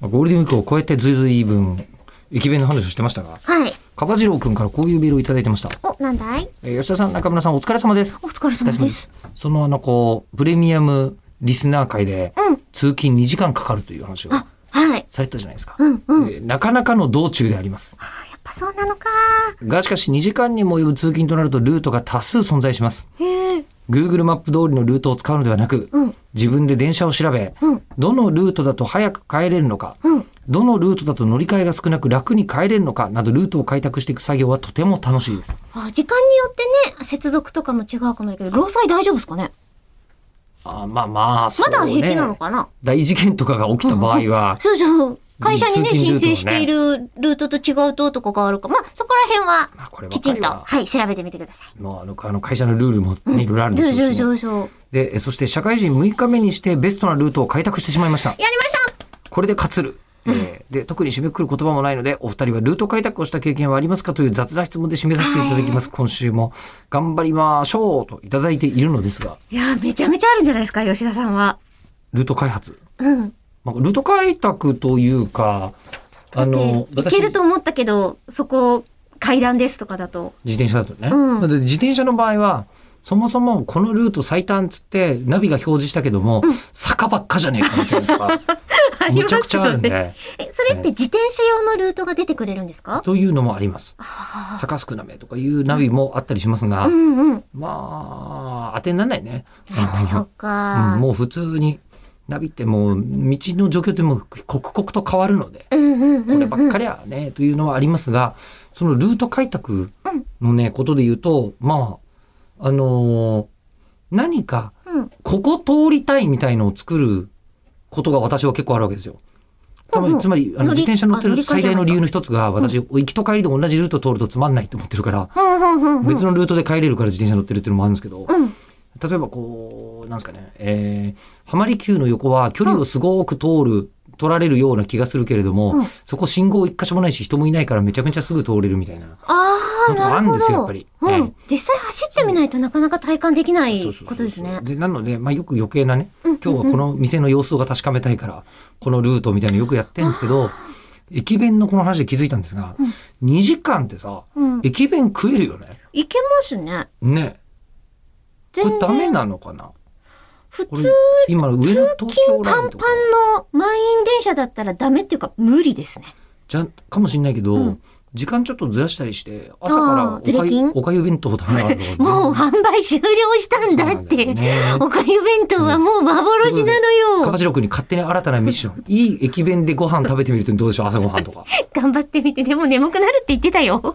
まあゴールデンウィークを超えてずいぶん駅弁の話をしてましたが、はい。かばじろうくんからこういうメールをいただいてました。お、なんだいえー吉田さん、中村さん、お疲れ様です。お疲れ様です。そのあの、こう、プレミアムリスナー会でうん、通勤2時間かかるという話をはい。されてたじゃないですか。うんうん。えーなかなかの道中であります。やっぱそうなのか。がしかし2時間にも及ぶ通勤となるとルートが多数存在します。へえ。 Google マップ通りのルートを使うのではなく、うん。自分で電車を調べ、うんどのルートだと早く帰れるのか、うん。どのルートだと乗り換えが少なく楽に帰れるのかなどルートを開拓していく作業はとても楽しいです。あ、時間によってね、接続とかも違うかもだけど、労災大丈夫ですかねあまあまあ、そまうねだ平気なのかな大事件とかが起きた場合は、そうじゃん。会社にね、通勤ルートをね申請しているルートと違うととかがあるか。まあ、そこら辺は まあこれ、ばきかちりんはと、はい、調べてみてください。まあ、あのあの会社のルールも、ね、いろいろあるんでしょうしね、そうそうそうそう。で、えそして社会人6日目にしてベストなルートを開拓してしまいました。やりましたこれで勝つる。えーで、特に締めくくる言葉もないので、お二人はルート開拓をした経験はありますかという雑な質問で締めさせていただきます。今週も頑張りましょうといただいているのですが、いや、めちゃめちゃあるんじゃないですか、吉田さんは。ルート開発。うん。まあ、ルート開拓というか、あの、で、いけると思ったけど、そこ、階段ですとかだと。自転車だとね。うんなので自転車の場合は、そもそもこのルート最短っつってナビが表示したけども、坂ばっかじゃねえかみたいなのが ありむまちすゃくちゃあるよんで、ね。え、それって自転車用のルートが出てくれるんですかというのもあります。は坂少なめとかいうナビもあったりしますが、あうんうん。まあ、当てにならないね。そっうんか。もう普通に、ナビってもう、道の状況ってもう刻々と変わるので、うんうんうんこうん。ればっかりはね、というのはありますが、そのルート開拓うんのね、ことで言うと、まあ、あのー何か、うん。ここ通りたいみたいのを作ることが私は結構あるわけですよ。つまうんうり、んつまりあの乗り自転車乗ってあ乗るり換え最じゃな大いかの理由の一つが、私、行きと帰りで同じルート通るとつまんないと思ってるから、ほんほんほんほん。別のルートで帰れるから自転車乗ってるっていうのもあるんですけど、うん。例えばこう、なんですかね、えー、浜離宮の横は距離をすごく通る、取られるような気がするけれども、うんそこ信号一箇所もないし人もいないからめちゃめちゃすぐ通れるみたいな。ああ、なんかなあるるんほですよやっど。ぱりうんね。実際走ってみないとなかなか体感できないそうそうそうそうことですね。で、なので、まあよく余計なね、うんうんうん今日はこの店の様子が確かめたいから、このルートみたいなのよくやってるんですけど、駅弁のこの話で気づいたんですが、2時間ってさ、うん。駅弁食えるよね。いけますね。ね。これ全ダメ然。なのかな普これ通、今の上の通東京勤ラパインンとパか。ンの満員電車だったらダメっていうか無理ですね。じゃかもしれないけど、うん時間ちょっとずらしたりして朝からあおーズレかゆ金おかゆ弁当を食べながらとか もう販売終了したんだっそうなんてだ よね。おかゆ弁当はもう幻なのかばよ。ちろくんに勝手に新たなミッションいい駅弁でご飯食べてみるとどうでしょう朝ごはんとか頑張ってみて。でも眠くなるって言ってたよ。